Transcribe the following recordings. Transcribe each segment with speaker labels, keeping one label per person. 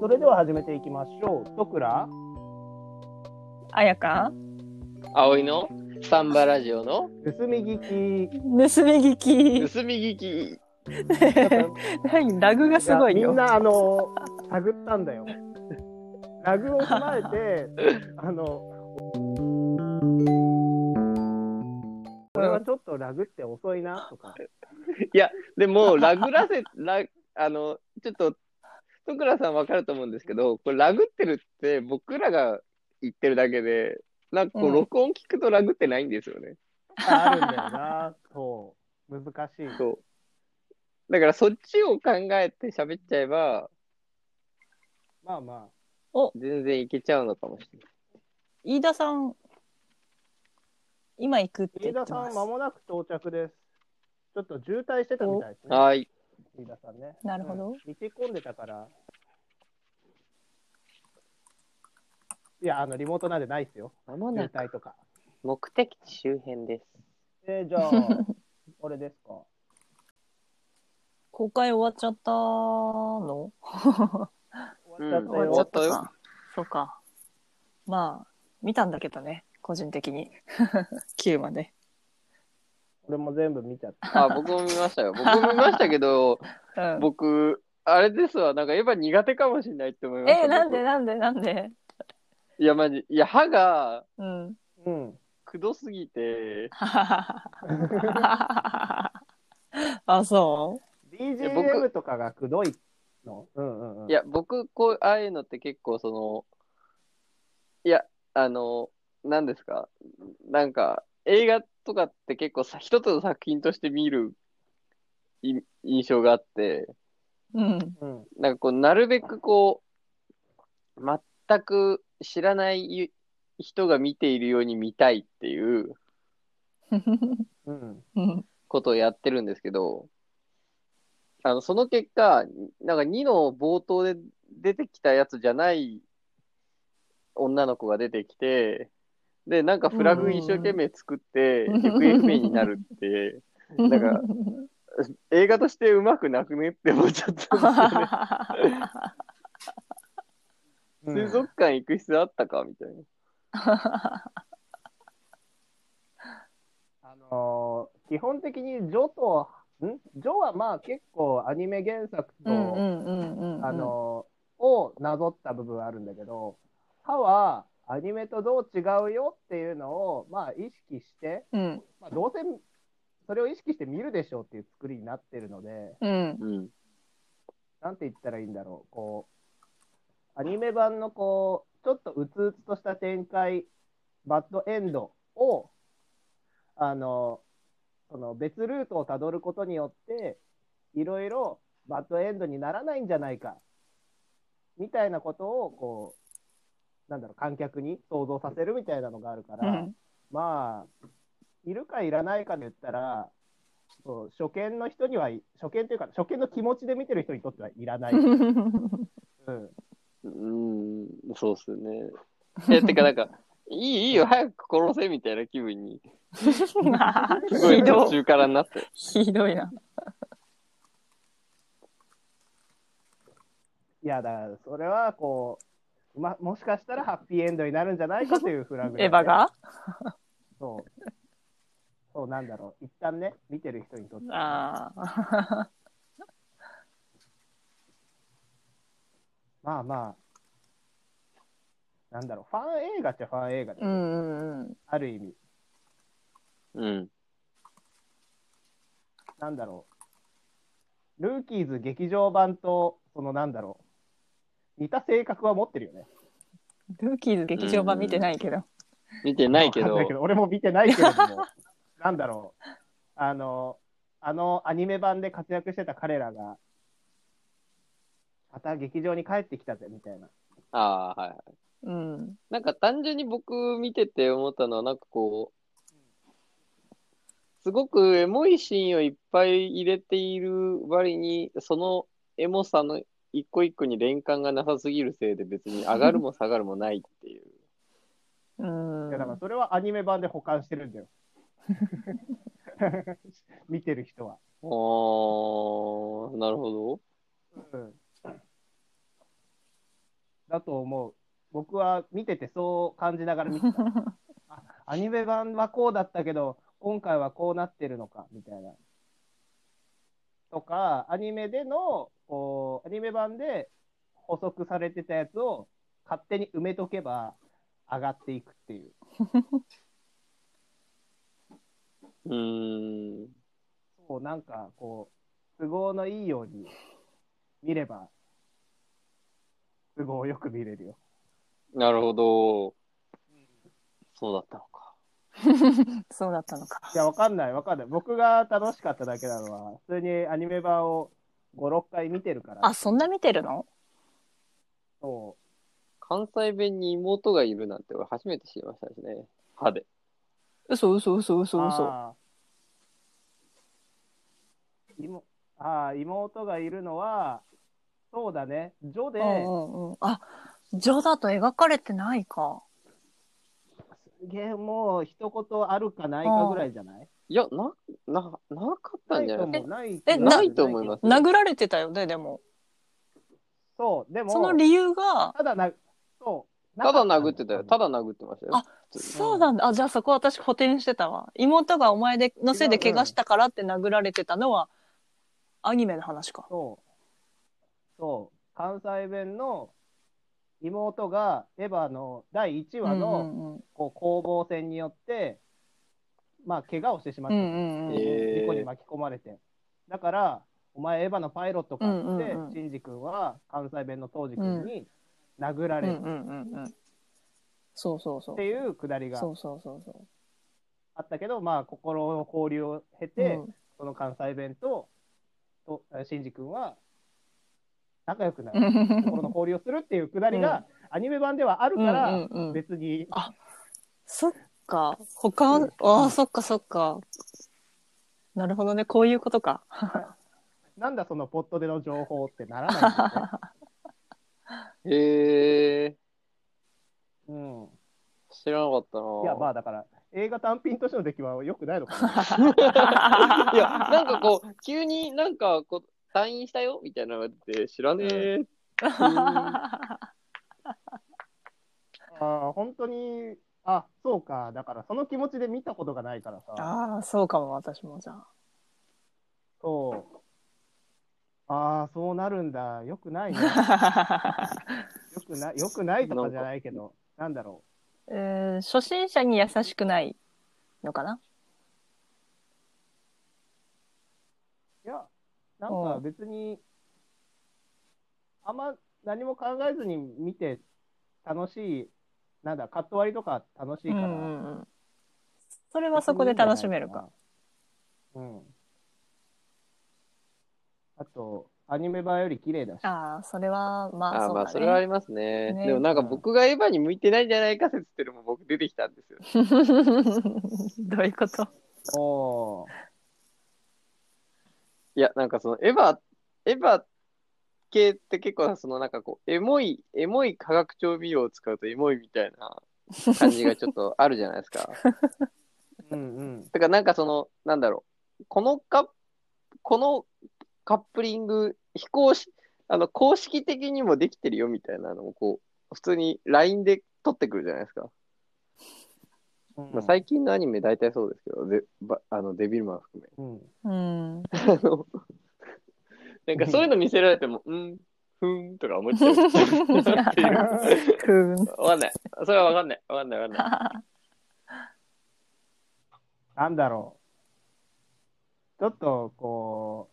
Speaker 1: それでは始めていきましょう。とくら、
Speaker 2: あやか
Speaker 3: 葵のサンバラジオの
Speaker 1: 盗み聞き。
Speaker 2: 盗み聞き。
Speaker 3: 盗み聞き。
Speaker 2: 何 ラグが すごい
Speaker 1: やみ
Speaker 2: よ
Speaker 1: ん。な、あの、探ったんだよ。ラグを踏ま えて、あの、これはちょっとラグって遅いな とか。
Speaker 3: でも、ラグらせ、ラあの、ちょっと、徳倉さんわかると思うんですけど、これラグってるって僕らが言ってるだけで、なんかこ
Speaker 2: うん
Speaker 3: う録音聞くとラグってないんですよね。
Speaker 1: あるんだよな、そう。難しい。
Speaker 3: そう。だからそっちを考えて喋っちゃえば、
Speaker 1: まあま
Speaker 3: 全然いけちゃうのかもしれない。
Speaker 2: 飯田さん、今行くって
Speaker 1: あ、
Speaker 2: 言
Speaker 1: 飯
Speaker 2: ってま
Speaker 1: 田
Speaker 2: す。
Speaker 1: さん、間もなく到着です。ちょっと渋滞してたみたいですね、
Speaker 3: はーい。
Speaker 1: 飯田さんね。
Speaker 2: なるほど
Speaker 1: うん道込んでたから。いや、あの、リモートなんでないですよ。
Speaker 3: まも
Speaker 1: 渋
Speaker 3: なく
Speaker 1: 滞と か。
Speaker 3: 目的地周辺です。
Speaker 1: えー、じゃあ、これですか。
Speaker 2: 公開終わっちゃったの
Speaker 1: 終わっちゃったよ。
Speaker 2: 終わっちゃ
Speaker 3: 終
Speaker 2: っ
Speaker 3: わ
Speaker 2: た
Speaker 3: っ
Speaker 2: か。そうか。まあ、見たんだけどね、個人的 に。9まで。
Speaker 1: これも全部見ちゃった。
Speaker 3: あ、僕も見ましたよ。僕も見ましたけど、
Speaker 2: うん
Speaker 3: 僕、あれですわ、なんかエヴァ苦手かもしれないって思いました。
Speaker 2: え、なんでなんでなんで
Speaker 3: いや、マジ。いや、歯が、
Speaker 2: うん。
Speaker 1: うん。
Speaker 3: くどすぎて、
Speaker 2: あ、そう
Speaker 1: BGM とかがくどいの。うんうんうん。
Speaker 3: いや、僕、こう、ああいうのって結構、その、いや、あの、何ですかなんか、映画とかって結構さ、一つの作品として見るい印象があって、
Speaker 2: うん。
Speaker 1: うん。
Speaker 3: なんかこう、なるべくこう、全く知らない人が見ているように見たいっていう
Speaker 1: うん。
Speaker 2: うん。
Speaker 3: ことをやってるんですけど、あの、その結果、なんか2の冒頭で出てきたやつじゃない女の子が出てきて、で、なんかフラグ一生懸命作って、
Speaker 2: うん
Speaker 3: 行方不明になるって、 なんか映画としてうまくなくねって思っちゃったんですよね。水族館行く必要あったかみたいな。
Speaker 1: あのー基本的にジョと、んジョはまあ結構アニメ原作と、
Speaker 2: うんうんうんうんうん。
Speaker 1: あのーをなぞった部分あるんだけど、歯はアニメとどう違うよっていうのを、まあ意識して、
Speaker 2: うん
Speaker 1: まあどうせそれを意識して見るでしょうっていう作りになってるので、
Speaker 2: うん
Speaker 3: うん。
Speaker 1: なんて言ったらいいんだろう、こう、アニメ版のこう、ちょっとうつうつとした展開、バッドエンドを、あの、その別ルートをたどることによって、いろいろバッドエンドにならないんじゃないか、みたいなことを、こう、なんだろう、観客に想像させるみたいなのがあるか
Speaker 2: う
Speaker 1: ら、
Speaker 2: ん
Speaker 1: まあ、いるかいらないかで言ったら、そう初見の人にはい、初見というか、初見の気持ちで見てる人にとってはいらない。うん、
Speaker 3: うん、そうっすね。え、てかなんか、いい、いいよ、早く殺せみたいな気分に、すごい
Speaker 2: ひど
Speaker 3: 途
Speaker 2: い
Speaker 3: 中からになって。
Speaker 2: ひどいない
Speaker 1: や、だから、それはこう、ま、もしかしたらハッピーエンドになるんじゃないかというフラグ、
Speaker 2: エヴァが
Speaker 1: そう。そうなんだろう。一旦ね、見てる人にとって。
Speaker 2: ああ
Speaker 1: まあまあ、なんだろう。ファン映画っちゃファン映画で、
Speaker 2: うんうんうん
Speaker 1: ある意味。
Speaker 3: うん。
Speaker 1: なんだろう、ルーキーズ劇場版と、そのなんだろう、似た性格は持ってるよね。
Speaker 2: ルーキーズ劇場版見てないけど
Speaker 3: 見てないけ
Speaker 1: わか
Speaker 3: ど
Speaker 1: ん。俺も見てないけれど も、なんだろう、あの、あのアニメ版で活躍してた彼らが、また劇場に帰ってきたぜ、みたいな。
Speaker 3: ああ、はい。
Speaker 2: うん
Speaker 3: なんか単純に僕見てて思ったのは、なんかこう、すごくエモいシーンをいっぱい入れている割に、そのエモさの一個一個に連関がなさすぎるせいで別に上がるも下がるもないっていう。
Speaker 2: うん
Speaker 1: いやだからそれはアニメ版で保管してるん だよ。 見てる人は。
Speaker 3: あー、なるほど。
Speaker 1: うんだと思う。僕は見ててそう感じながら見てた。あアニメ版はこうだったけど、今回はこうなってるのか、みたいな。とか、アニメでの、こう、アニメ版で補足されてたやつを勝手に埋めとけば上がっていくっていう。
Speaker 3: うーん。
Speaker 1: そう、なんか、こう、都合のいいように見れば、都合よく見れるよ。
Speaker 3: なるほど。そうだったのか。
Speaker 2: そうだったのか。
Speaker 1: いや、わかんない、わかんない。僕が楽しかっただけなのは、普通にアニメ版を5、6回見てるから。
Speaker 2: あ、そんな見てるの
Speaker 1: そ
Speaker 3: 関西弁に妹がいるなんて俺初めて知りましたしね。歯で。
Speaker 2: 嘘嘘嘘
Speaker 1: う。
Speaker 2: 嘘嘘。
Speaker 1: あー妹あー、妹がいるのは、そうだね、ジョで、
Speaker 2: うんうんうん、あ、女だと描かれてないか。
Speaker 1: すげえもう一言あるかないかぐらいじゃない
Speaker 3: いや、な、な、なかった
Speaker 1: なんい
Speaker 3: じゃ
Speaker 1: と
Speaker 3: ないで
Speaker 1: 思
Speaker 3: す
Speaker 1: う。
Speaker 3: か。
Speaker 1: ない
Speaker 2: えな
Speaker 3: ないと思います。
Speaker 2: 殴られてたよね、でも。
Speaker 1: そう、でも、
Speaker 2: その理由が、
Speaker 1: ただな、そう。
Speaker 3: ただ殴ってたよ。た
Speaker 1: だ、
Speaker 3: だ殴ってましたよ。
Speaker 2: あそうなんだ。あ、じゃあそこ私補填してたわ。妹がお前でのせいで怪我したからって殴られてたのは、アニメの話か。
Speaker 1: そう。そう。関西弁の妹がエヴァの第1話の、
Speaker 2: うんうんうん
Speaker 1: こう攻防戦によって、まあ、怪我をしてしまっ
Speaker 2: う
Speaker 1: た。
Speaker 2: んうんうん。
Speaker 3: えー
Speaker 1: 事故に巻き込まれて。だから、お前エヴァのパイロットか
Speaker 2: うん
Speaker 1: っ
Speaker 2: うんうん
Speaker 1: て、シンジ君は関西弁の当時君に殴ら
Speaker 2: う
Speaker 1: れ
Speaker 2: んう
Speaker 1: る
Speaker 2: んうんうん。そうそうそう
Speaker 1: って。いうくだりが
Speaker 2: そうそうそうそう。
Speaker 1: あったけど、まあ、心の交流を経て、
Speaker 2: うん
Speaker 1: その関西弁と、と、えーシンジ君は、仲良くな
Speaker 2: う
Speaker 1: る。
Speaker 2: ん
Speaker 1: 心の交流をするっていうくだりが、アニメ版ではある
Speaker 2: う
Speaker 1: か
Speaker 2: ん
Speaker 1: ら、
Speaker 2: うんうん。
Speaker 1: 別に、
Speaker 2: そっか。他、ああ、そっかそっか。なるほどね。こういうことか。
Speaker 1: なんだそのポットでの情報ってならないんだよね。
Speaker 3: へえ
Speaker 1: うん。
Speaker 3: ー、知らなかったな。
Speaker 1: いや、まあだから、映画単品としての出来は良くないのか な。
Speaker 3: いや、なんかこう、急になんかこう、退院したよみたいなのが出て、知らねえ。
Speaker 1: あー本当に、あ、そうか。だから、その気持ちで見たことがないからさ。
Speaker 2: ああ、そうかも、私もじゃあ。
Speaker 1: そう。ああ、そうなるんだ。良く ないね。よくない、よくないとかじゃないけど、なんだろ
Speaker 2: えー初心者に優しくないのかな
Speaker 1: う。いや、なんか
Speaker 2: うん
Speaker 1: 別に、あんま何も考えずに見て楽しい、なんだ、カット割りとか楽しいから。
Speaker 2: うん
Speaker 1: そ
Speaker 2: うんうんそれはそこで楽しめるか。。
Speaker 1: うん。あと、アニメ版より綺麗だし。
Speaker 2: ああ、それは、まあ、
Speaker 3: あ
Speaker 2: そう
Speaker 3: ま
Speaker 2: だ、ね。
Speaker 3: あ、それはありますね。
Speaker 2: ね
Speaker 3: でもなんか僕がエヴァに向いてないんじゃないか説っていうのも僕出てきたんですよ。
Speaker 2: どういうこと
Speaker 1: おー
Speaker 3: いや、なんかそのエヴァ、エヴァ系って結構そのなんかこう、エモい、エモい化学調味料を使うとエモいみたいな感じがちょっとあるじゃないですか。
Speaker 1: うんうん。
Speaker 3: だからなんかその、なんだろう、このカこのカップリング、非公式、あの、公式的にもできてるよみたいなのをこう、普通に LINE で取ってくるじゃないですか。
Speaker 1: うん
Speaker 3: まあ、最近のアニメ大体そうですけど、でばあのデビルマン含め。
Speaker 1: うん
Speaker 2: うん。
Speaker 3: あのなんかそういうの見せられても、うん、ふーんとか思っちゃう。っていう
Speaker 2: ふーん。
Speaker 3: わかんない。それはわかんない。わかんない。わかんない。
Speaker 1: なんだろう。ちょっと、こ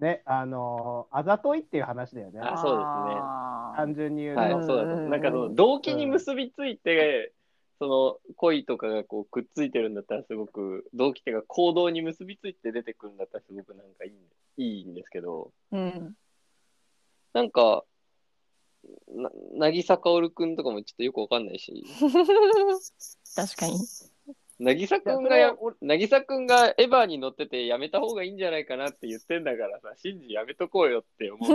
Speaker 1: う、ね、あのあざといっていう話だよね。
Speaker 3: あそうですね
Speaker 2: あ
Speaker 1: 単純に言うと。
Speaker 3: はい、
Speaker 2: うん
Speaker 3: そうだと思う。なんかその動機に結びついて、その恋とかがこうくっついてるんだったらすごく、動機っていうか行動に結びついて出てくるんだったらすごくなんかいいいいんですけど、
Speaker 2: ーうん。
Speaker 3: なんか、な、渚薫くんとかもちょっとよくわかんない し、
Speaker 2: 確かに。
Speaker 3: 渚くん
Speaker 1: いやそ
Speaker 3: が
Speaker 1: れ
Speaker 3: や
Speaker 1: は俺、
Speaker 3: 渚くんがエヴァに乗っててやめた方がいいんじゃないかなって言ってんだからさ、シンジやめとこうよって思う。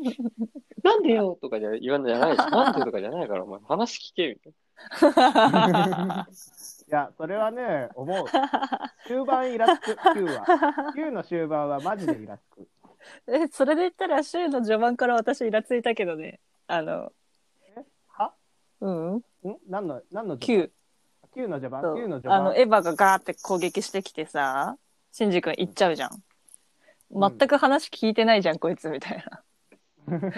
Speaker 3: なんでよとかじゃ言わんじゃないし、なんでとかじゃないから、お前話聞けみたい
Speaker 1: いや、それはね、思う。終盤イラつく、9は。9の終盤はマジでイラつく。
Speaker 2: え、それで言ったら週の序盤から私イラついたけどね。あの、
Speaker 1: は
Speaker 2: うん、
Speaker 1: ん何の、何の序盤
Speaker 2: 9。
Speaker 1: ?9 の序盤
Speaker 2: そう
Speaker 1: ?9 の序盤
Speaker 2: あの、エヴァがガーって攻撃してきてさ、シンジ君行っちゃうじゃん。
Speaker 1: うん
Speaker 2: 全く話聞いてないじゃん、こいつみたいな。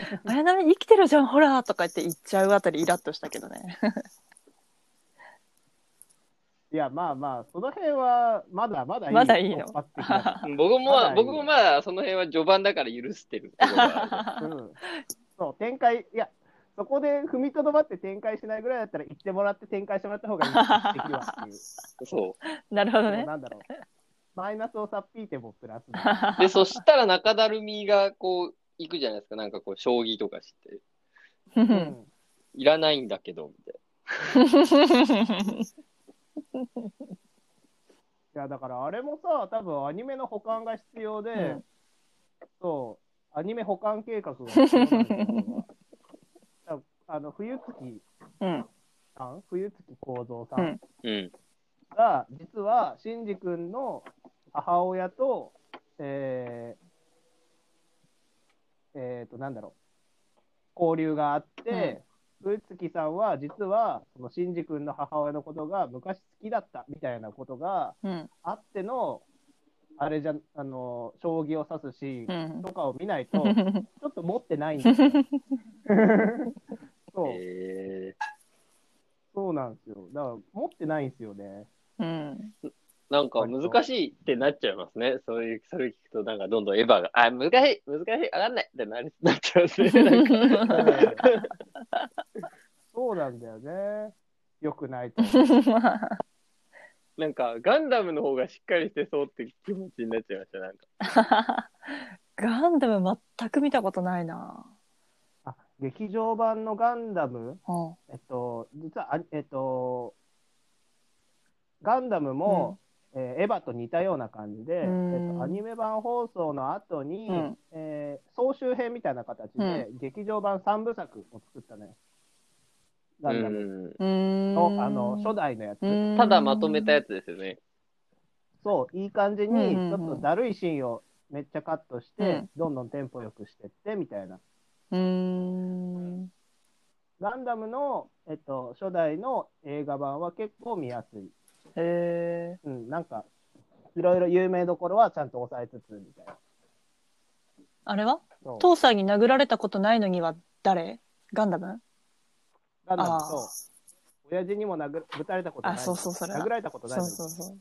Speaker 2: 綾波生きてるじゃん、ほらとか言って行っちゃうあたりイラッとしたけど ね。
Speaker 1: いや、まあまあ、その辺は、まだまだ
Speaker 2: まだいいの
Speaker 1: 突発的 な
Speaker 3: 僕も、
Speaker 1: まだいい
Speaker 3: 僕もまあ、その辺は序盤だから許してるっていうのがあ
Speaker 1: うん。そう、展開、いや、そこで踏みとどまって展開しないぐらいだったら、行ってもらって展開してもらった方がい い。的にはっていう。
Speaker 3: るそ
Speaker 2: なるほど
Speaker 1: もう
Speaker 2: ね。
Speaker 1: なんだろう。マイナスをさっぴいてもプラスだ。
Speaker 3: う。で、そしたら中だるみがこう、行くじゃないですか。なんかこう、将棋とかして。
Speaker 2: う
Speaker 1: うんん
Speaker 3: いらないんだけど、みたい
Speaker 1: いやだからあれもさ多分アニメの保管が必要で、
Speaker 2: ん
Speaker 1: そうアニメ保管計 画が必要なんだよ多分あの冬月
Speaker 2: うん。
Speaker 1: さん冬月幸三さ
Speaker 2: うんん
Speaker 3: な。うん。
Speaker 1: が、実はシンジ君の母親とえー、えー、となんだろう交流があって、冬月さんは実はそのシンジ君の母親のことが昔好きだったみたいなことが
Speaker 2: うん。
Speaker 1: あっての、あれじゃ、あの、将棋を指すシ
Speaker 2: う
Speaker 1: ーン
Speaker 2: ん。
Speaker 1: とかを見ない と、ちょっと持ってないんですよ。そう、
Speaker 3: え
Speaker 1: そうなんですよ。だから、持ってないんですよね。
Speaker 2: うん。
Speaker 3: ー、なんか難しいってなっちゃいますね。そういう、それ聞くと、なんかどんどんエヴァが、あ、難しい難しいわかんないってなりなっちゃうんです ね。なんか
Speaker 1: そうなんだよね。よくないと。
Speaker 3: なんか、ガンダムの方がしっかりしてそうって気持ちになっちゃいました、なんか。
Speaker 2: ガンダム全く見たことないな。
Speaker 1: あ、劇場版のガンダム、
Speaker 2: うん。
Speaker 1: えっと、実は、あえっと、ガンダムも、えーエヴァと似たような感じで、
Speaker 2: うん
Speaker 1: えっと、アニメ版放送の後に、
Speaker 2: うん
Speaker 1: えー総集編みたいな形で、劇場版3部作を作ったね。ガンダム
Speaker 3: う
Speaker 2: う
Speaker 1: の
Speaker 2: ーん。
Speaker 1: あの初代のやつ、
Speaker 3: ん。ただまとめたやつですよね。
Speaker 1: そう、いい感じ
Speaker 2: うん
Speaker 1: に、
Speaker 2: うん
Speaker 1: ち
Speaker 2: うん
Speaker 1: ょっとだるいシーンをめっちゃカットして、
Speaker 2: うん
Speaker 1: どんどんテンポよくしてってみたいな。
Speaker 2: うーん。
Speaker 1: ガンダムの、えっと、初代の映画版は結構見やすい。
Speaker 2: へえ。
Speaker 1: うん、なんか、いろいろ有名どころはちゃんと抑えつつみたいな。
Speaker 2: あれは
Speaker 1: そう
Speaker 2: 父さんに殴られたことないのには誰ガンダム
Speaker 1: ガンダム
Speaker 2: あ
Speaker 1: と、親父にも殴ぶたれたことない。
Speaker 2: あそうそうそれだ
Speaker 1: 殴られたことない
Speaker 2: そ
Speaker 1: の
Speaker 2: う
Speaker 1: に。
Speaker 2: そうそう。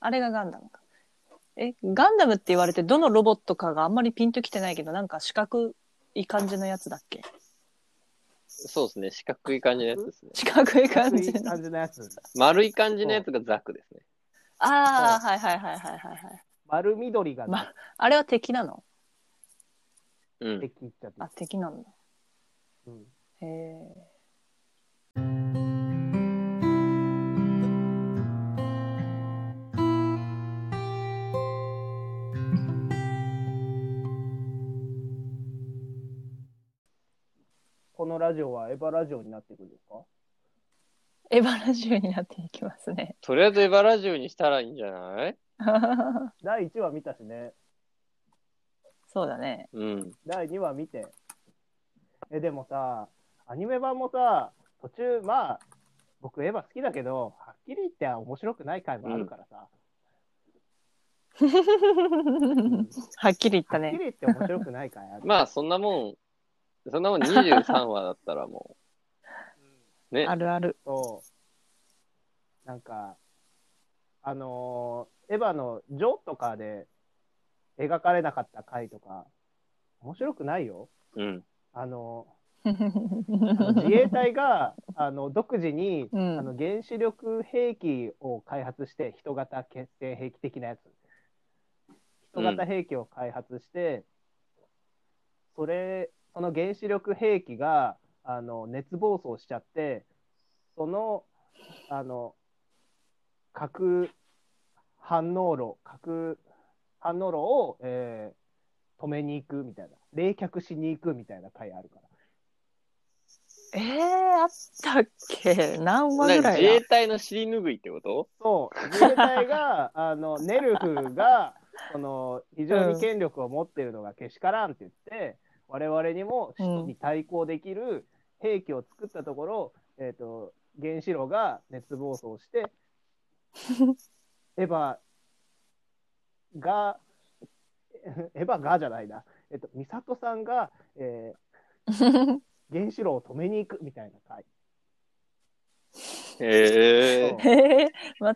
Speaker 2: あれがガンダムか。え、ガンダムって言われてどのロボットかがあんまりピンときてないけど、なんか四角い感じのやつだっけ
Speaker 3: そうですね。四角い感じのやつですね。
Speaker 2: 四角い感
Speaker 1: そうい
Speaker 2: じ
Speaker 1: う
Speaker 2: の。
Speaker 1: 感じのや つ。
Speaker 3: 丸い感じのやつがザクですね。
Speaker 2: ああ、はいはいはいはいはいはい。
Speaker 1: 丸緑が
Speaker 2: まあれは敵なの
Speaker 3: うん。
Speaker 1: 敵っちゃって
Speaker 2: あ、敵なんだ。
Speaker 1: うん
Speaker 2: へえ。
Speaker 1: このラジオはエヴァラジオになっていくんですか
Speaker 2: エヴァラジオになっていきますね。
Speaker 3: とりあえずエヴァラジオにしたらいいんじゃない
Speaker 1: 第1話見たしね。
Speaker 2: そうだね。
Speaker 3: うん。
Speaker 1: 第2話見て。え、でもさ、アニメ版もさ、途中、まあ、僕エヴァ好きだけど、はっきり言って面白くない回もあるからさ。うん
Speaker 2: はっきり言った
Speaker 1: はっきり
Speaker 2: ね。
Speaker 1: 言って面白くない回ある。
Speaker 3: まあ、そんなもん、そんなもん23話だったらもう、ね
Speaker 2: あ。るある。
Speaker 1: そう、なんか、あのーエヴァのジョとかで描かれなかった回とか、面白くないよ。
Speaker 3: うん。
Speaker 1: あの
Speaker 2: う
Speaker 1: ーあ の自衛隊があの独自に、
Speaker 2: うん
Speaker 1: あの原子力兵器を開発して、人型決定兵器的なやつ。人型兵器を開発して、それ、その原子力兵器が、あの、熱暴走しちゃって、その、あの、核反応炉、核反応炉を、えー止めに行くみたいな、冷却しに行くみたいな回あるから。
Speaker 2: えー、あったっけ何話ぐ
Speaker 3: なんから自衛
Speaker 2: い
Speaker 3: 隊の尻拭いってこと
Speaker 1: そう、自衛隊が、あの、ネルフが、その、非常に権力を持ってるのがけしからんって言って、我々にも使徒に対抗できる兵器を作ったところ、えっ、と、原子炉が熱暴走して、エヴァが、エヴァがじゃないな。えっと、ミサトさんが、えー原子炉を止めに行くみたいな回。
Speaker 3: へえ
Speaker 1: そう
Speaker 2: へ え、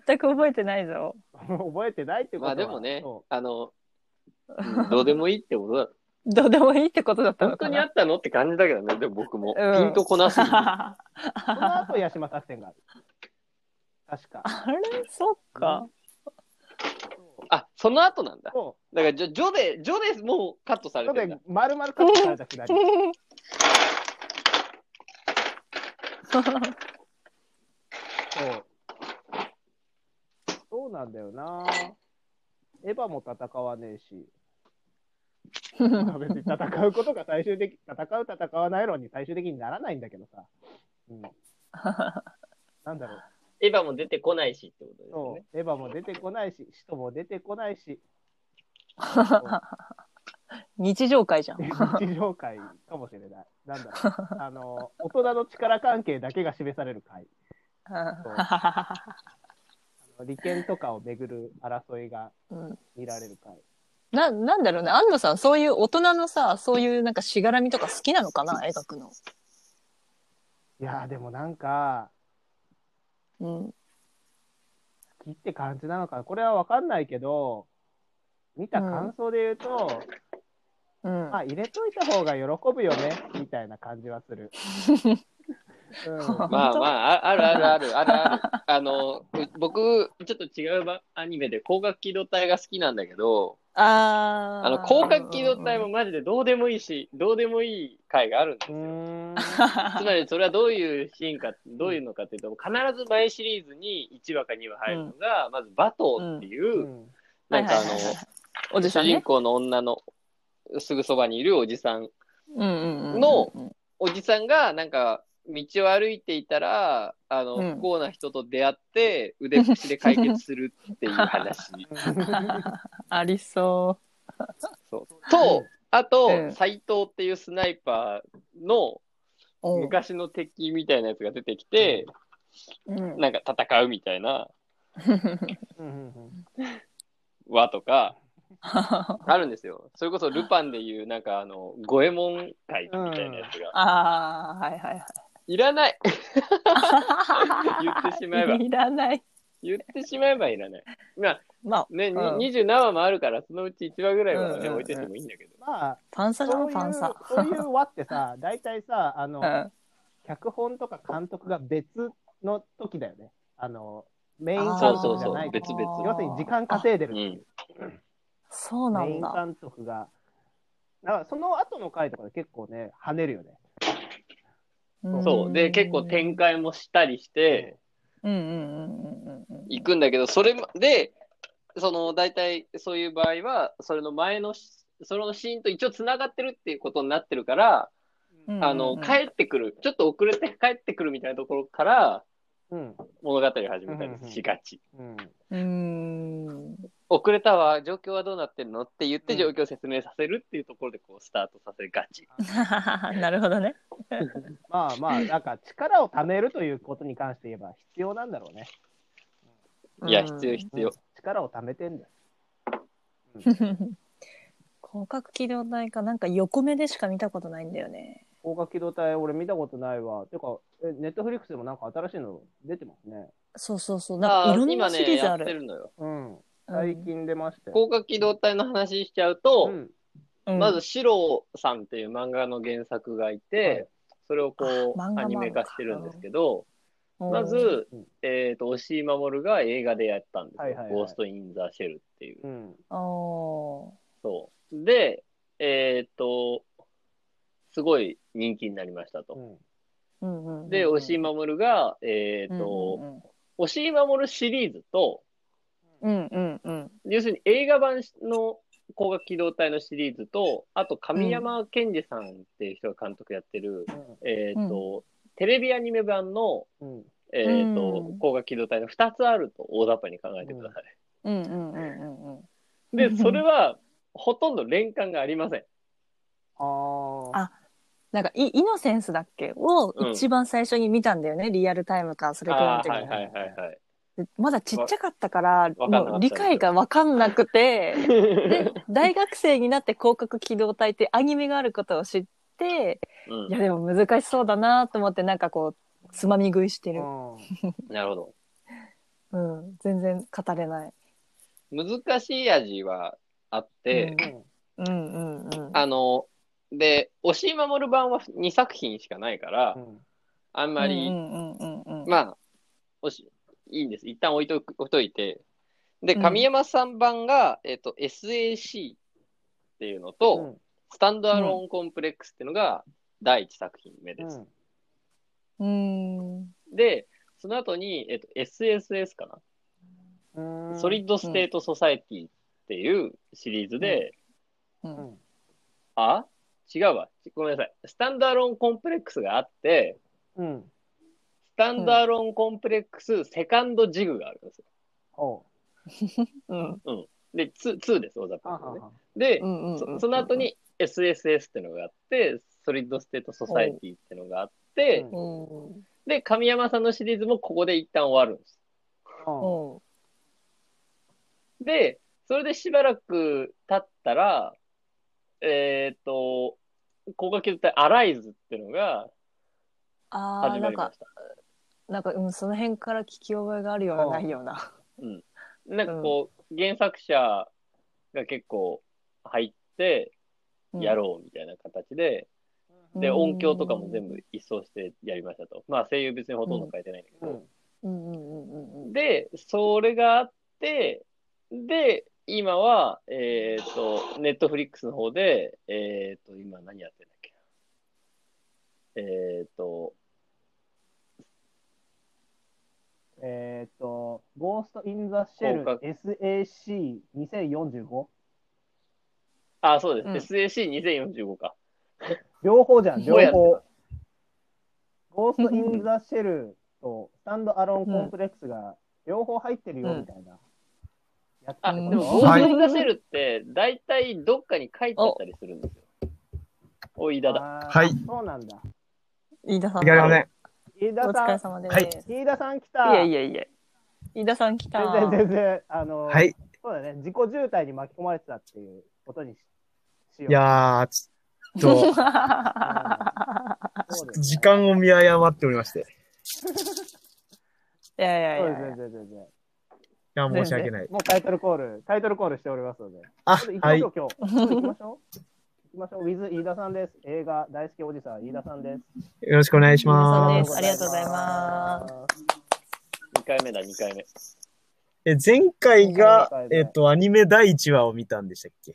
Speaker 2: 全く覚えてないぞ。
Speaker 1: 覚えてないってこと
Speaker 3: ま
Speaker 1: は
Speaker 3: あでもね
Speaker 1: そ、
Speaker 3: あの、うんどうでもいいってことだ。
Speaker 2: どうでもいいってことだった
Speaker 3: 本
Speaker 2: の
Speaker 3: 当
Speaker 2: か
Speaker 3: に
Speaker 2: な
Speaker 3: あったのって感じだけどね、でも僕も。
Speaker 2: うん
Speaker 3: ピンとこ なすぎて。
Speaker 1: うその後、ヤシマ作戦がある。確か。
Speaker 2: あれそっか。
Speaker 1: そう
Speaker 3: あ、その後なんだ。
Speaker 1: そ
Speaker 3: だから、ジョジョで、ジョでもうカットさ
Speaker 1: う。
Speaker 3: れ
Speaker 1: そ
Speaker 3: てるん
Speaker 1: れ
Speaker 3: だ
Speaker 1: で。、まるまるカットされたくだり。そう。そうなんだよな。エヴァも戦わねえし、まあ別に戦うことが最終的、戦う、戦わない論に最終的にならないんだけどさ。うん。なんだろう。
Speaker 3: エヴァも出てこないしってことですよ
Speaker 1: そ
Speaker 3: ね。
Speaker 1: う、エヴァも出てこないし、使徒も出てこないし、
Speaker 2: 日常会じゃん。
Speaker 1: 日常会かもしれない。なんだろう、あの、大人の力関係だけが示される会。あの利権とかをめぐる争いが
Speaker 2: うん
Speaker 1: 見られる会。
Speaker 2: な、なんだろうね。安野さん、そういう大人のさ、そういうなんかしがらみとか好きなのかな描くの。
Speaker 1: いやー、でもなんか、
Speaker 2: うん。
Speaker 1: 好きって感じなのかな。これはわかんないけど、見た感想で言うと、
Speaker 2: うん。
Speaker 1: まあ入れといた方が喜ぶよね、みたいな感じはする。うん
Speaker 3: まあまあ、ああるあるあるあるある。あの、う僕、ちょっと違うばアニメで光学機動隊が好きなんだけど、
Speaker 2: あー
Speaker 3: あの、広角機動隊も。マジでどうでもいいし、どうでもいい回があるんで。す
Speaker 1: う
Speaker 3: よ。
Speaker 1: ーん。
Speaker 3: つまり、それはどういうシーンか、どういうのかっていうと、必ず前シリーズに1話か2話入るのが、まずバトーっていう、
Speaker 1: うん
Speaker 3: なんかあの、
Speaker 2: はいはいはいはいおじさ
Speaker 3: 主
Speaker 2: ん
Speaker 3: 人
Speaker 2: ね。
Speaker 3: 公の女のすぐそばにいるおじさん、
Speaker 2: うんうんうんうん
Speaker 3: の、おじさんがなんか道を歩いていたら、あの、
Speaker 2: うん
Speaker 3: 不幸な人と出会って腕っぷしで解決するってい う話。
Speaker 2: ありそ
Speaker 3: そう。と、あと
Speaker 2: うん、
Speaker 3: 斎、藤っていうスナイパーの
Speaker 2: う。うん
Speaker 3: 昔の敵みたいなやつが出てきて、
Speaker 2: うん
Speaker 3: なんか戦うみたいな
Speaker 1: うんうんうん
Speaker 3: 輪とか、あるんですよ。それこそルパンでいう、なんかあの、五右衛門会みたいなやつが。
Speaker 2: ああ、はいはいはい。
Speaker 3: いらない言ってしま えば
Speaker 2: いらない。
Speaker 3: 言ってしまえばいらない。まあ、
Speaker 2: まあ、
Speaker 3: ね、に
Speaker 2: うん
Speaker 3: 27話もあるから、そのうち1話ぐらい
Speaker 2: う
Speaker 3: は
Speaker 2: んうん
Speaker 3: ね、
Speaker 2: うん
Speaker 3: 置いててもいいんだけど。
Speaker 1: まあ、
Speaker 2: パンサーじゃ
Speaker 1: そ
Speaker 2: ん、
Speaker 1: ういう
Speaker 2: パンサー。
Speaker 1: そういう輪ってさ、大体さ、あの、
Speaker 2: うん
Speaker 1: 脚本とか監督が別の時だよね。あの、メイン監
Speaker 2: あー
Speaker 1: 督じゃない。
Speaker 3: そうそうそう別々
Speaker 1: 要するに時間稼いでるっていう。
Speaker 2: そうな
Speaker 1: メイ
Speaker 2: ん
Speaker 1: ン
Speaker 2: だ。
Speaker 1: 監督が。だからその後の回とかで結構ね、跳ねるよね。ん
Speaker 3: そう。で、結構展開もしたりして、
Speaker 2: うんうんうんうんうんうん。
Speaker 3: 行くんだけど、それまで、その、大体、そういう場合は、それの前のし、そのシーンと一応繋がってるっていうことになってるから、
Speaker 2: うん
Speaker 3: あの、帰ってくる、ちょっと遅れて帰ってくるみたいなところから、
Speaker 1: うん。
Speaker 3: 物語を始めた
Speaker 1: うんうんうん
Speaker 3: りしがち。
Speaker 1: うん。
Speaker 2: うー ん。
Speaker 3: 遅れたわ、状況はどうなってるのって言っ
Speaker 1: う
Speaker 3: て
Speaker 1: ん
Speaker 3: 状況を説明させるっていうところで、こう、スタートさせがち。
Speaker 2: なるほどね。
Speaker 1: まあま あ、なんか力を貯めるということに関して言えば必要なんだろうね。
Speaker 3: いや、必要、必
Speaker 1: うん
Speaker 3: 要。
Speaker 1: 力を貯めてんだよ。
Speaker 2: 広角機動隊か、なんか横目でしか見たことないんだよね。
Speaker 1: 高架機動隊、俺見たことないわ。てか、えネットフリックスでもなんか新しいの出てますね。
Speaker 2: そうそうそう。なんかいろんなシリーズあ
Speaker 3: 今ね、やって
Speaker 2: る。
Speaker 3: るのよ。
Speaker 1: うん。
Speaker 2: うん
Speaker 1: 最近出ましたよ。
Speaker 3: 広角機動隊の話しちゃうと、
Speaker 1: うん
Speaker 2: うん
Speaker 3: まず、シローさんっていう漫画の原作がいて、それをこ
Speaker 2: あ漫画もあるの
Speaker 3: う、
Speaker 2: か
Speaker 3: アニメ化してるんですけど、
Speaker 2: うん
Speaker 3: ま、ず
Speaker 1: うん、
Speaker 3: えっ、と、押井守が映画でやったんですよ。
Speaker 1: はいはいはい
Speaker 3: ゴースト・イン・ザ・シェルっていう。
Speaker 1: うん。
Speaker 2: お
Speaker 3: そう。で、えっ、と、すごい人気になりましたと。
Speaker 2: ーうんうんうん
Speaker 3: で、押井守が、えっ、と、押井守シリーズと、
Speaker 2: うんうんうん。
Speaker 3: 要するに映画版の光学機動隊のシリーズと、あと神山健二さんっていう人が監督やってる、えっ、と、テレビアニメ版の、
Speaker 1: うん。
Speaker 3: えっ、と
Speaker 2: うん、
Speaker 3: 光学機動隊の2つあると大雑把に考えてください。
Speaker 2: うんうんうんうんうん。
Speaker 3: で、それは、ほとんど連関がありません。
Speaker 1: あ
Speaker 2: あなんかイ、イノセンスだっけを一番最初に見たんだよね、リアルタイムか、それくらいの
Speaker 3: ああー、
Speaker 2: 時に
Speaker 3: はいはいはい
Speaker 2: でまだちっちゃかったから、
Speaker 3: わかんなかった
Speaker 2: もう理解がわかんなくて、
Speaker 3: はい
Speaker 2: で。大学生になって広角機動隊ってアニメがあることを知って
Speaker 3: うん
Speaker 2: いやでも難しそうだなと思ってなんかこうつまみ食いしてる、
Speaker 1: あ。
Speaker 3: なるほど。
Speaker 2: うん、全然語れない、
Speaker 3: 難しい味はあって、
Speaker 2: うん、うんうん
Speaker 3: あの、で、押井守版は2作品しかないから、
Speaker 1: うん。
Speaker 3: あんまり、
Speaker 2: うんうんうんうんうん
Speaker 3: まあ、おし、いいんです。一旦置いとく置いといて。で、
Speaker 2: うん
Speaker 3: 神山さん版が、えっと、SAC っていうのと、
Speaker 1: うん
Speaker 3: スタンドアローンコンプレックスっていうのが第一作品目です。
Speaker 2: うん
Speaker 3: で、その後に、えっと、SSS か
Speaker 1: うん。う
Speaker 3: な、
Speaker 1: ん
Speaker 3: ソリッドステートソサエティっていうシリーズで、
Speaker 2: う
Speaker 1: うんん
Speaker 3: あ違うわ。ごめんなさい。スタンドアローンコンプレックスがあって、
Speaker 1: うん。
Speaker 3: スタンドアローンコンプレックス、セカンドジグがあるんですよ。
Speaker 1: おう。
Speaker 2: うん
Speaker 3: で、2, 2です、大雑
Speaker 1: あは
Speaker 3: 把に
Speaker 1: は
Speaker 3: 言うとね。で、
Speaker 2: うんうん
Speaker 3: そその後に SSS ってのがあって、ソリッドステートソサエティってのがあって、
Speaker 1: うん
Speaker 2: うん
Speaker 3: で、神山さんのシリーズもここで一旦終わるんです。
Speaker 1: うん
Speaker 2: うん
Speaker 3: で、それでしばらく経ったら、えっ、と、ここが削ったアライズってのが
Speaker 2: ああ
Speaker 3: 始
Speaker 2: な
Speaker 3: ま
Speaker 2: ん
Speaker 3: りま
Speaker 2: か
Speaker 3: した。
Speaker 2: なんか、うん、その辺から聞き覚えがあるような
Speaker 1: うん
Speaker 2: ないような
Speaker 3: なんかこう、原作者が結構入ってやろうみたいな形で、で、
Speaker 2: うん
Speaker 3: 音響とかも全部一掃してやりましたと。まあ声優別にほとんど変えてないんだけど、
Speaker 1: うん。
Speaker 2: うんうんうんうん
Speaker 3: で、それがあって、で、今は、えっ、と、ネットフリックスの方で、えっ、と、今何やってんだっけな。えっ、と、
Speaker 1: えーっと、ゴースト・イン・ザ・シェル
Speaker 3: 広
Speaker 1: SAC2045?
Speaker 3: あ、そう
Speaker 2: うん
Speaker 3: です。SAC2045 か。
Speaker 1: 両方じゃん、両
Speaker 3: どうやって
Speaker 1: 方。ゴースト・イン・ザ・シェルとスタンド・アローン・コンプレックスが両方入ってるよみたいな。やつ
Speaker 3: あ、
Speaker 1: っ
Speaker 3: で
Speaker 1: て
Speaker 3: も、
Speaker 1: こと
Speaker 3: ゴースト・イン・ザ・シェルって、大体どっかに書いてあったりするんですよ。おいだだ。
Speaker 1: あー
Speaker 4: はい
Speaker 1: そうなんだ。
Speaker 2: 飯田さん
Speaker 4: いやりません。
Speaker 1: 飯
Speaker 2: お
Speaker 1: 田
Speaker 2: 疲れ
Speaker 1: さ
Speaker 2: 様です、
Speaker 4: はい
Speaker 1: ん、飯田さん来た。
Speaker 2: いやいやいや。飯田さん来た。
Speaker 1: 全然全然、あの、
Speaker 4: はい。い
Speaker 1: そうだね、自己渋滞に巻き込まれてたっていうことにししよう。
Speaker 4: やー、ちょっ
Speaker 1: そうです
Speaker 4: と、
Speaker 1: ね
Speaker 4: 時間を見誤っておりまして。い
Speaker 2: いやいやい
Speaker 1: そうで
Speaker 2: や
Speaker 1: す。全然全然。
Speaker 4: や、申し訳ない。
Speaker 1: もうタイトルコール、タイトルコールしておりますので。
Speaker 4: あ
Speaker 1: ちょっと行き、ま
Speaker 4: は
Speaker 1: し
Speaker 4: い
Speaker 1: ょ。う、今日。行きましょう。行きましょう。with 飯田さんです。映画大好きおじさん、飯田さんです。。
Speaker 4: よろしくお願いし
Speaker 2: そう
Speaker 4: ま。
Speaker 2: ですすありがとうございます
Speaker 3: 2回目だ、2回目。
Speaker 4: え前回が
Speaker 1: 前回、で
Speaker 4: えっと、アニメ第1話を見たんでしたっけ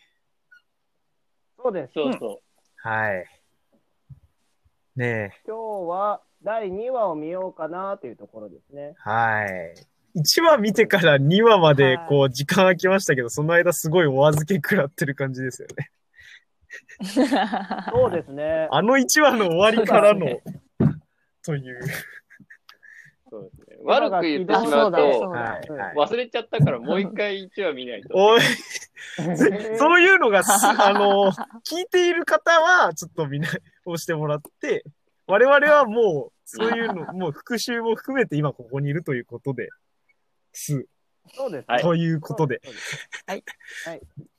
Speaker 1: そうです。
Speaker 3: そうそ
Speaker 4: はい。ねえ、
Speaker 1: 今日は第2話を見ようかなというところですね。
Speaker 4: はい。1話見てから2話まで
Speaker 2: はい、
Speaker 4: こう、時間空きましたけど、その間すごいお預け食らってる感じですよね。
Speaker 1: そうですね。
Speaker 4: あの1話の終わりからの
Speaker 2: そうで、
Speaker 4: という。
Speaker 3: う。そうですね、悪く言ってしま
Speaker 2: そううだそ
Speaker 3: と、
Speaker 2: う
Speaker 4: は
Speaker 2: だ。
Speaker 4: い。はい
Speaker 3: 忘れちゃったからもう一回1話見ないと。
Speaker 4: お
Speaker 1: う
Speaker 4: い、そういうのがす、あの、聞いている方は、ちょっと見直してもらって、我々はもう、そうい うの、もう復習も含めて今ここにいるということで、す。
Speaker 1: そうです。
Speaker 3: はい
Speaker 4: ということで、
Speaker 1: そうです。
Speaker 4: はい。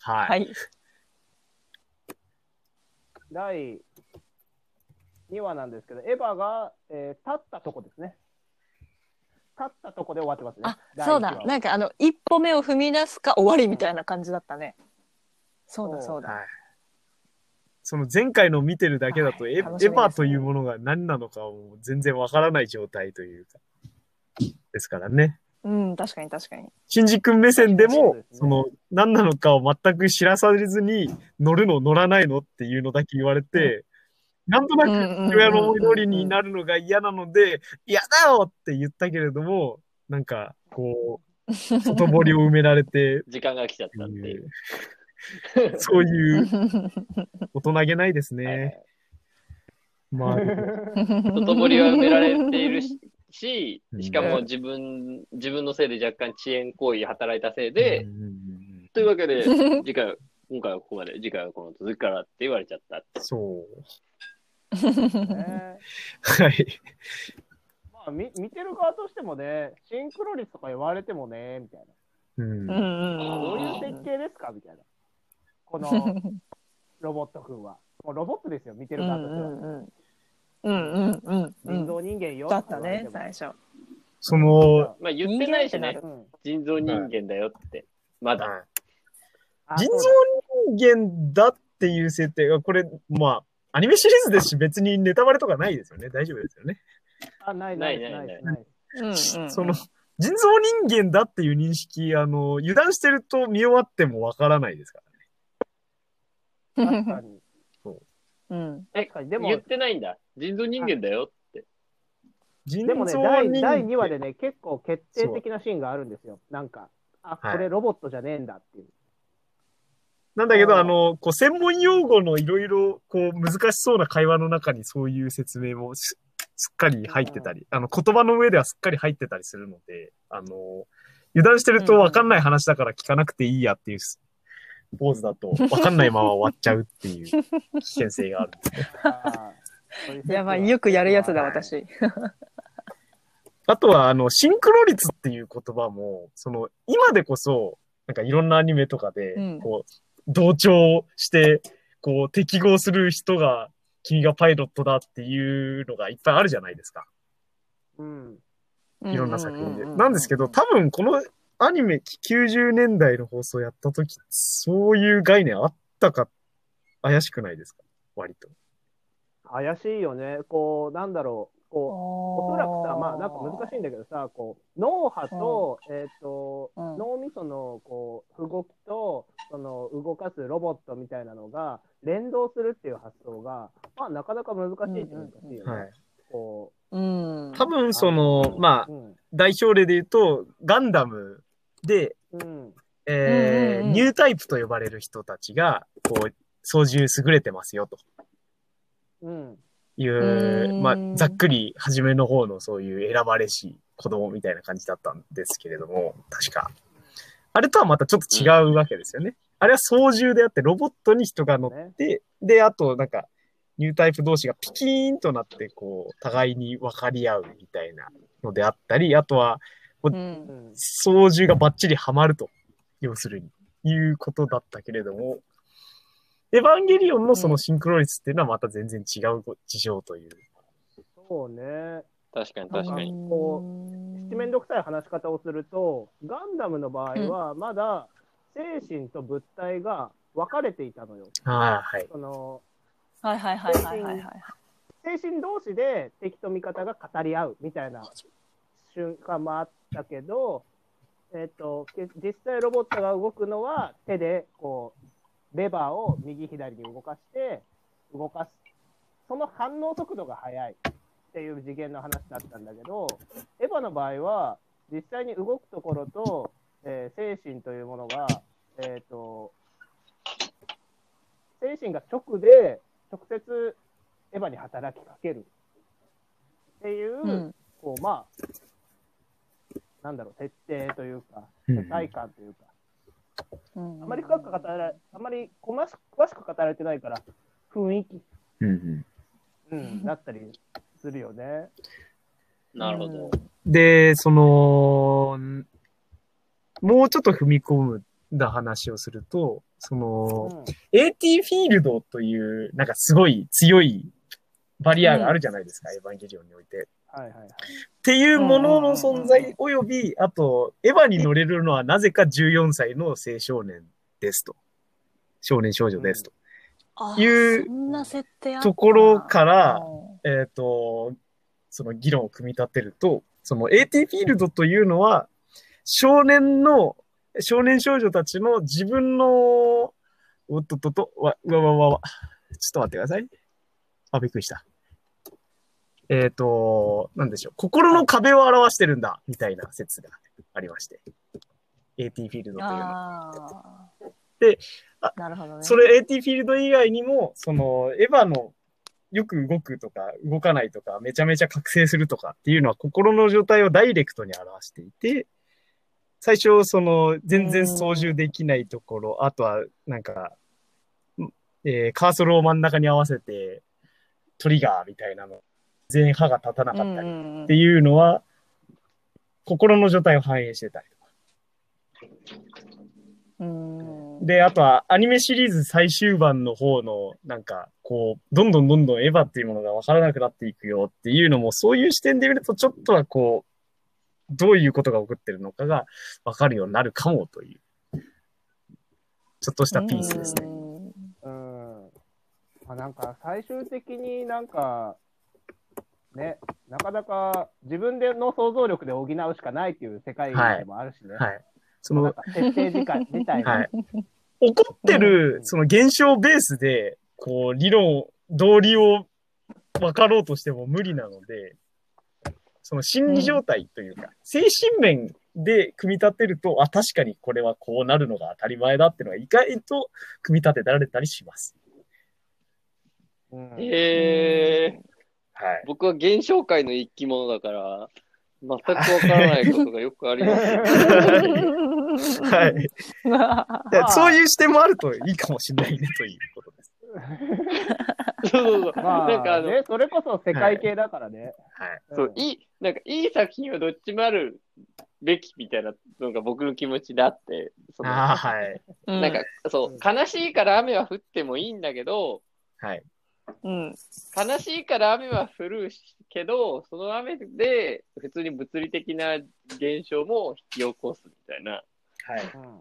Speaker 2: はい。
Speaker 1: 第2話なんですけど、エヴァが、えー立ったとこですね。立ったとこで終わってますね。
Speaker 2: あ、
Speaker 1: 第一
Speaker 2: そ
Speaker 1: 話
Speaker 2: うだ。なんかあの、一歩目を踏み出すか終わりみたいな感じだったね。そうだそうだ。
Speaker 4: はい。その前回の見てるだけだと、
Speaker 2: はい
Speaker 4: エエヴ
Speaker 2: 楽しみですね
Speaker 4: ァというものが何なのかを全然わからない状態というか、ですからね。
Speaker 2: うん、確かに確かに。
Speaker 4: 新次君目線でも、
Speaker 1: そうですね
Speaker 4: その何なのかを全く知らされずに、乗るの乗らないのっていうのだけ言われて、なんとな
Speaker 2: うんうんうんうん
Speaker 4: く父親の思い通りになるのが嫌なので、嫌だよって言ったけれども、なんか、こう、外堀を埋められて、
Speaker 3: 時間が来ちゃったっていう。
Speaker 4: そういう大人げないです
Speaker 3: はいはい
Speaker 4: ね。まあ、
Speaker 3: 外堀は埋められてい るし、し
Speaker 4: うん
Speaker 3: しかも自分、自分のせいで若干遅延行為働いたせいで、
Speaker 4: うんうんうん
Speaker 5: というわけで、次回、今回はここまで、次回はこの続きからって言われちゃった。
Speaker 4: そう。
Speaker 1: ね
Speaker 4: はい。
Speaker 1: まあ、み見てる側としてもね、シンクロ率とか言われてもね、みたい
Speaker 4: うん
Speaker 2: う。ん
Speaker 1: な。どういう
Speaker 2: うん
Speaker 1: 設計ですかみたいな。こ のロボットくんは。もうロボットですよ、見て
Speaker 2: う
Speaker 1: る
Speaker 2: んう
Speaker 1: 側としては。
Speaker 2: んうんうんうんう
Speaker 1: 人
Speaker 2: んう
Speaker 1: 造人間よ。
Speaker 2: ん。だったね、
Speaker 1: 言わ
Speaker 2: 最
Speaker 1: れて
Speaker 2: 初。
Speaker 4: その、
Speaker 5: まあ言ってないし
Speaker 2: 人間ってな
Speaker 5: ね
Speaker 2: る、
Speaker 1: もうん
Speaker 5: 人造人間だよって、まだ。
Speaker 1: あ
Speaker 4: 人
Speaker 1: そうだ
Speaker 4: 造人間だっていう設定が、これ、まあ、アニメシリーズですし、別にネタバレとかないですよね。大丈夫ですよね。
Speaker 1: あ、ないない
Speaker 5: な
Speaker 1: ないい
Speaker 5: ない
Speaker 1: ないない。
Speaker 2: うんうん
Speaker 4: その、人造人間だっていう認識、あの、油断してると見終わってもわからないですからね。
Speaker 1: 確 かに。
Speaker 2: うん。
Speaker 1: 確かに。でも
Speaker 5: 言、ってないんだ。人造人間だよって。
Speaker 4: 人
Speaker 1: で
Speaker 4: 造
Speaker 1: もね、
Speaker 4: 人
Speaker 1: 第
Speaker 4: 間。
Speaker 1: 第2話でね、結構決定的なシーンがあるんですよ。なんか、あ、
Speaker 4: はい
Speaker 1: これロボットじゃねえんだっていう。
Speaker 4: なんだけ
Speaker 1: う
Speaker 4: ど、
Speaker 1: ん
Speaker 4: あの、こう、専門用語のいろいろ、こう、難しそうな会話の中にそういう説明もしすっかり入ってたり、あの、言葉の上ではすっかり入ってたりするので、あの、油断してるとわかんない話だから聞かなくていいやっていうポーズだと、わかんないまま終わっちゃうっていう危険性がある。
Speaker 1: あー
Speaker 2: やばい、よくやるやつだ、。
Speaker 1: そう
Speaker 2: 私。
Speaker 4: あとは、あの、シンクロ率っていう言葉も、その、今でこそ、なんかいろんなアニメとかで、
Speaker 2: うん
Speaker 4: こう、同調して、こう、適合する人が、君がパイロットだっていうのがいっぱいあるじゃないですか。
Speaker 1: いうのはうん。
Speaker 4: いろんな作品で。
Speaker 2: うううう
Speaker 4: なんですけど、多分このアニメ90年代の放送やった時、そういう概念あったか、怪しくないですか割と。
Speaker 1: 怪しいよね。こう、なんだろう。こう、おそらくさ、まあなんか難しいんだけどさ、こう脳波と、えっ、と、
Speaker 2: うん
Speaker 1: 脳みそのこう動きと、その動かすロボットみたいなのが連動するっていう発想が、まあなかなか難しいって難しいよね。
Speaker 4: はい。
Speaker 1: こ
Speaker 2: うん。
Speaker 4: 多分その、ま
Speaker 1: う、
Speaker 4: あ、
Speaker 1: うん、
Speaker 4: 代表例で言うと、ガンダムで、
Speaker 1: うん、
Speaker 4: えー
Speaker 2: うんうんうん
Speaker 4: ニュータイプと呼ばれる人たちが、こう、操縦優れてますよ、と
Speaker 1: うん、
Speaker 4: いう、
Speaker 2: うん
Speaker 4: まあ、ざっくり、初めの方のそういう選ばれし子供みたいな感じだったんですけれども、確か。あれとはまたちょっと違うわけですよね。あれは操縦であって、ロボットに人が乗っ
Speaker 1: ね、
Speaker 4: て、で、あと、なんか、ニュータイプ同士がピキーンとなって、こう、互いに分かり合うみたいなのであったり、あとは、
Speaker 2: う。
Speaker 1: うんん、
Speaker 4: 操縦がバッチリハマると、要するに、いうことだったけれども、エヴァンゲリオンのそのシンクロ率っていうのはまた全然違う事情という。
Speaker 1: そうね。
Speaker 5: 確かに確かに。
Speaker 1: こ
Speaker 2: う
Speaker 1: 七面倒くさい話し方をすると、ガンダムの場合はまだ精神と物体が分かれていたのよ。
Speaker 4: ああ、はい。
Speaker 1: その
Speaker 2: はいはいはいはいはいはい。
Speaker 1: 精神同士で敵と味方が語り合うみたいな瞬間もあったけど、えっとけ実際ロボットが動くのは手でこうレバーを右左に動かして動かすその反応速度が速いっていう次元の話だったんだけどエヴァの場合は実際に動くところと、えー精神というものが、えっと精神が直で直接エヴァに働きかけるっていう、
Speaker 2: うん。
Speaker 1: こうまあなんだろう設定というか
Speaker 4: うん
Speaker 1: 世界観というか、
Speaker 2: うん
Speaker 1: あまり深く語られあまりこまし詳しく語られてないから雰囲気、うん、だったりするよね。
Speaker 5: なるほど。
Speaker 4: で、その、もうちょっと踏み込むだ話をすると、その、
Speaker 1: うん
Speaker 4: AT フィールドという、なんかすごい強いバリアがあるじゃないですか、エヴァンゲリオンにおいて。
Speaker 1: はいはいはい
Speaker 4: っていうものの存在および、あと、エヴァに乗れるのはなぜか14歳の青少年ですと。少年少女ですと。
Speaker 2: あ
Speaker 4: いう
Speaker 2: そんな設定あった
Speaker 4: ところか
Speaker 2: う
Speaker 4: ら、
Speaker 2: ん
Speaker 4: えっ、と、その議論を組み立てると、その AT フィールドというのは、少年の、少年少女たちの自分の、おっとっとっと、わ、うわわわわ、ちょっと待ってください。あ、びっくりした。えっ、と、なんでしょう。心の壁を表してるんだ、みたいな説がありまして。AT フィールドというのは。
Speaker 2: あー
Speaker 4: であ
Speaker 2: なるほどね。
Speaker 4: それ AT フィールド以外にも、その、エヴァのよく動くとか、動かないとか、めちゃめちゃ覚醒するとかっていうのは心の状態をダイレクトに表していて、最初、その、全然操縦できないところ、あとは、なんか、んえーカーソルを真ん中に合わせて、トリガーみたいなの、全員歯が立たなかったり
Speaker 2: ん
Speaker 4: っていうのは、心の状態を反映してたりとか。
Speaker 2: うんうん
Speaker 4: で、あとは、アニメシリーズ最終版の方の、なんか、こう、どんどんどんどんエヴァっていうものが分からなくなっていくよっていうのも、そういう視点で見ると、ちょっとはこう、どういうことが起こってるのかが分かるようになるかもという、ちょっとしたピースですね。
Speaker 2: うん
Speaker 1: うん。まあ、なんか最終的になんか、ね、なかなか自分での想像力で補うしかないっていう世界でもあるしね。
Speaker 4: はい。そ
Speaker 1: なん
Speaker 4: の、
Speaker 1: か設定時間自体が
Speaker 4: はい。起こってる
Speaker 1: う、ん
Speaker 4: その現象ベースで、こう、理論、道理を分かろうとしても無理なので、その心理状態というか、精神面で組み立てると、あ、確かにこれはこうなるのが当たり前だっていうのが意外と組み立てられたりします。
Speaker 1: うん
Speaker 3: えー、
Speaker 4: はい。
Speaker 3: 僕は現象界の一き者だから、全くわからないことがよくあ ります。
Speaker 4: はい。
Speaker 1: あー
Speaker 4: そういう視点もあるといいかもしれないねということです。
Speaker 3: そうそうそう。
Speaker 1: ま
Speaker 3: なんかあ
Speaker 1: あ、
Speaker 3: の、
Speaker 1: ね、それこそ世界系だからね。
Speaker 4: はい。
Speaker 1: うん
Speaker 3: そう、いい、なんかいい作品はどっちもあるべきみたいなのが僕の気持ちであって、その
Speaker 4: ああ、はい。
Speaker 2: うん
Speaker 3: なんか、そう、悲しいから雨は降ってもいいんだけど、
Speaker 4: はい。
Speaker 2: うん
Speaker 3: 悲しいから雨は降るけど、その雨で普通に物理的な現象も引き起こすみたいな、
Speaker 4: はい。
Speaker 1: うん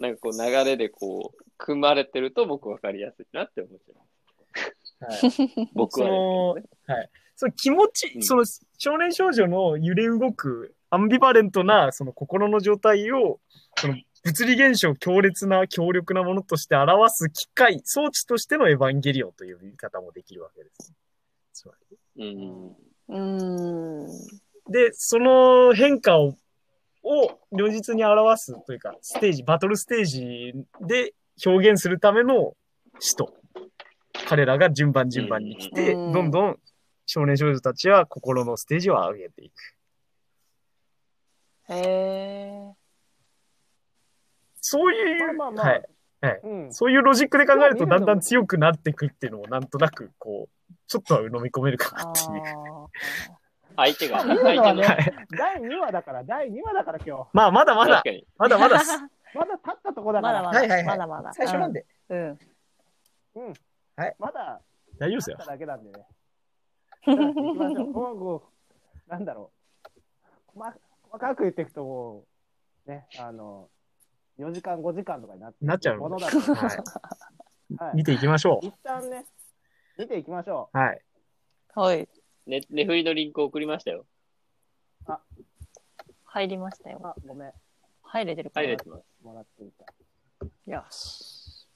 Speaker 3: なんかこう流れでこう、組まれてると僕分かりやすいなって思っちゃう。
Speaker 4: はい。
Speaker 3: 僕は
Speaker 4: そ
Speaker 3: ね、
Speaker 4: の、はい。その気持ち、
Speaker 3: うん
Speaker 4: その少年少女の揺れ動くアンビバレントなその心の状態を、その物理現象を強烈な、強力なものとして表す機械、装置としてのエヴァンゲリオンという言い方もできるわけです。つまり
Speaker 3: うん。
Speaker 2: うん
Speaker 4: で、その変化を、を如実に表すというか、ステージ、バトルステージで表現するための使徒。彼らが順番順番に来て、
Speaker 2: うん
Speaker 4: どんどん少年少女たちは心のステージを上げていく。
Speaker 2: へえ
Speaker 4: そういう、
Speaker 1: まあまあまあ
Speaker 4: はい、
Speaker 1: うん
Speaker 4: そういうロジックで考えると、
Speaker 1: ま
Speaker 4: だ
Speaker 1: あ
Speaker 4: んだん強くなっていくっていうのを、なんとなく、こう、ちょっとは飲み込めるかな
Speaker 2: あ
Speaker 4: っていう。
Speaker 3: 相手が、
Speaker 1: 見
Speaker 3: 相
Speaker 1: るのは
Speaker 3: 手の、
Speaker 1: ね
Speaker 4: はい、
Speaker 1: 第2話だから、第2話だから今
Speaker 4: まあ、まだまだ
Speaker 3: 確、かに。
Speaker 4: まだまだっす。
Speaker 1: 日。まだ立ったとこだ
Speaker 2: ま
Speaker 1: か
Speaker 2: だ
Speaker 1: ら。
Speaker 2: ま
Speaker 4: はいはいは
Speaker 2: だ
Speaker 4: い
Speaker 2: まだまだ
Speaker 4: で。
Speaker 2: うんうん
Speaker 1: まだ
Speaker 4: 大丈夫です
Speaker 1: 立っ
Speaker 4: よ
Speaker 1: た。だけなんでね。じゃあ行きまし ょう。こうこうなんだろう。細細かく言っていくともう、ね、あの、4時間、5時間とかになって
Speaker 4: なっちゃう
Speaker 1: も
Speaker 4: の
Speaker 1: の
Speaker 4: で、
Speaker 1: だと思う
Speaker 4: は。
Speaker 1: はい
Speaker 4: 見
Speaker 1: い。
Speaker 4: ていきましょ
Speaker 1: 一旦ね、見ていきましょ
Speaker 4: う。はい。
Speaker 2: はい
Speaker 3: ね、ねふりのリンク送りましたよ。
Speaker 2: 入りました
Speaker 1: う。
Speaker 2: よ
Speaker 1: あ、ごめん。
Speaker 2: 入れてるか
Speaker 3: 入
Speaker 2: な
Speaker 3: れてます。
Speaker 1: もらっていた。
Speaker 2: よし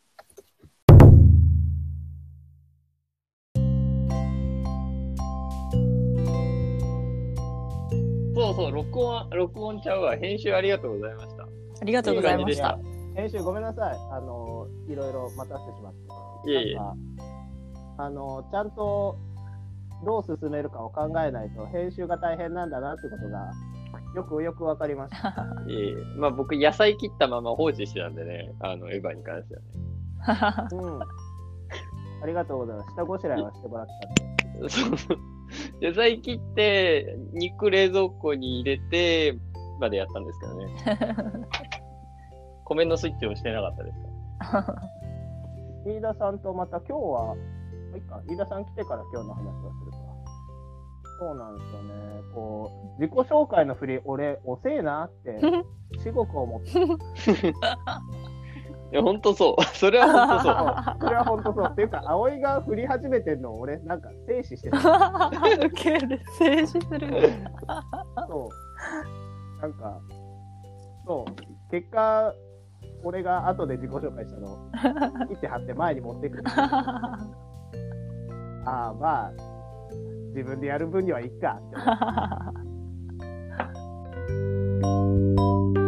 Speaker 3: そうそう、録音は、録音ちゃうわ。編集ありがとうございました。
Speaker 2: ありがとうございまし
Speaker 3: いい
Speaker 2: た
Speaker 3: 感
Speaker 1: 編集ごめんなさい。あの、いろいろ待たせてしまって。
Speaker 3: いえいえ
Speaker 1: な。んかあの、ちゃんとどう進めるかを考えないと編集が大変なんだなってことが、よくよくわかりました。
Speaker 3: いえいえまあ僕、野菜切ったまま放置してたんでね、あの、エヴァに関してはね。
Speaker 1: うん。ありがとうございます。下ごしらえはしてもらったんで。
Speaker 3: そう 野菜切って、肉冷蔵庫に入れて、までやったんですけどね。米のスイッチを押してなかったですか
Speaker 1: 飯田さんとまた今日は、まあいいか、飯田さん来てから今日の話をするか。そうなんですよね。こう、自己紹介の振り、俺、遅えな って、至極思って。
Speaker 3: いや、ほんとそう。それはほんとそう。
Speaker 1: それは本当そう。っていうか、葵が振り始めてるのを俺、なんか、静止して た。
Speaker 2: 受ける静止する
Speaker 1: そう。なんか、そう。結果、俺が後で自己紹介したのを、切って貼って前に持ってくる。ああ、まあ、自分でやる分にはいいかって思う。